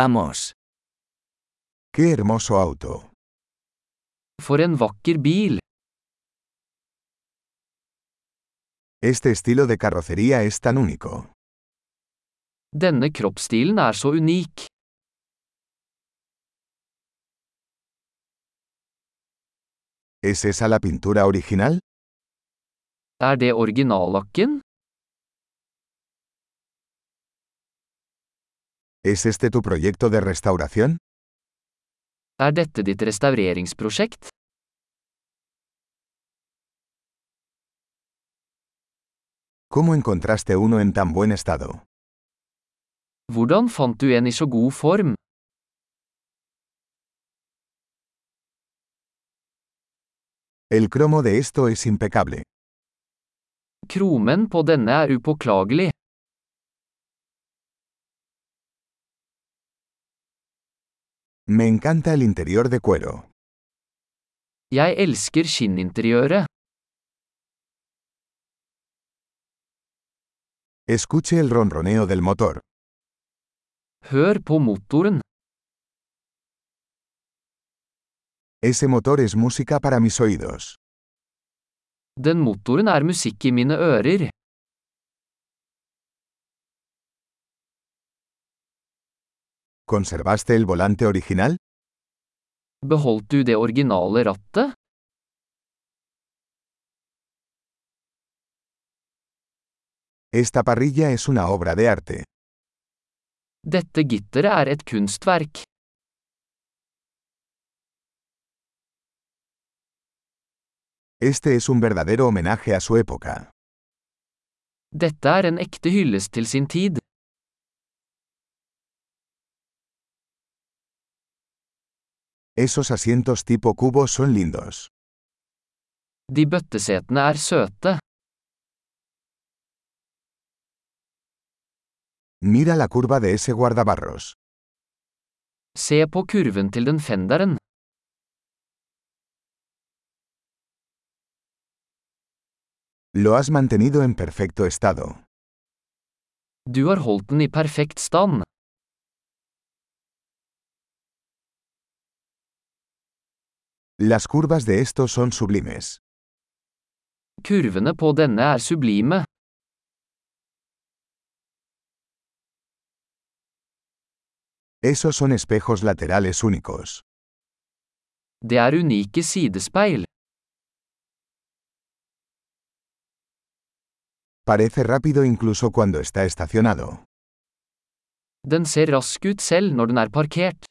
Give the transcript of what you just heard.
Vamos. ¡Qué hermoso auto! For en vakker bil! Este estilo de carrocería es tan único. Denne kroppsstilen er så unik. ¿Es esa la pintura original? Er det originallakken? ¿Es este tu proyecto de restauración? Er dette ditt restaureringsprosjekt? ¿Cómo encontraste uno en tan buen estado? Hvordan fant du en i så god form? El cromo de esto es impecable. Kromen på denne er upåklagelig. Me encanta el interior de cuero. Jeg elsker skinninteriøret. Escuche el ronroneo del motor. Hør på motoren. Ese motor es música para mis oídos. Den motoren er musikk i mine ører. ¿Conservaste el volante original? Beholdt du det originale rattet? Esta parrilla es una obra de arte. Dette gitteret er et kunstverk. Este es un verdadero homenaje a su época. Dette er en ekte hyllest til sin tid. Esos asientos tipo cubo son lindos. De bøttesetene er søte. Mira la curva de ese guardabarros. Se på kurven til den fenderen. Lo has mantenido en perfecto estado. Du har holdt den i perfekt stand. Las curvas de estos son sublimes. Kurvene på denne er sublime. Esos son espejos laterales únicos. Det er unike sidespeil. Parece rápido incluso cuando está estacionado. Den ser rask ut selv når den er parkert.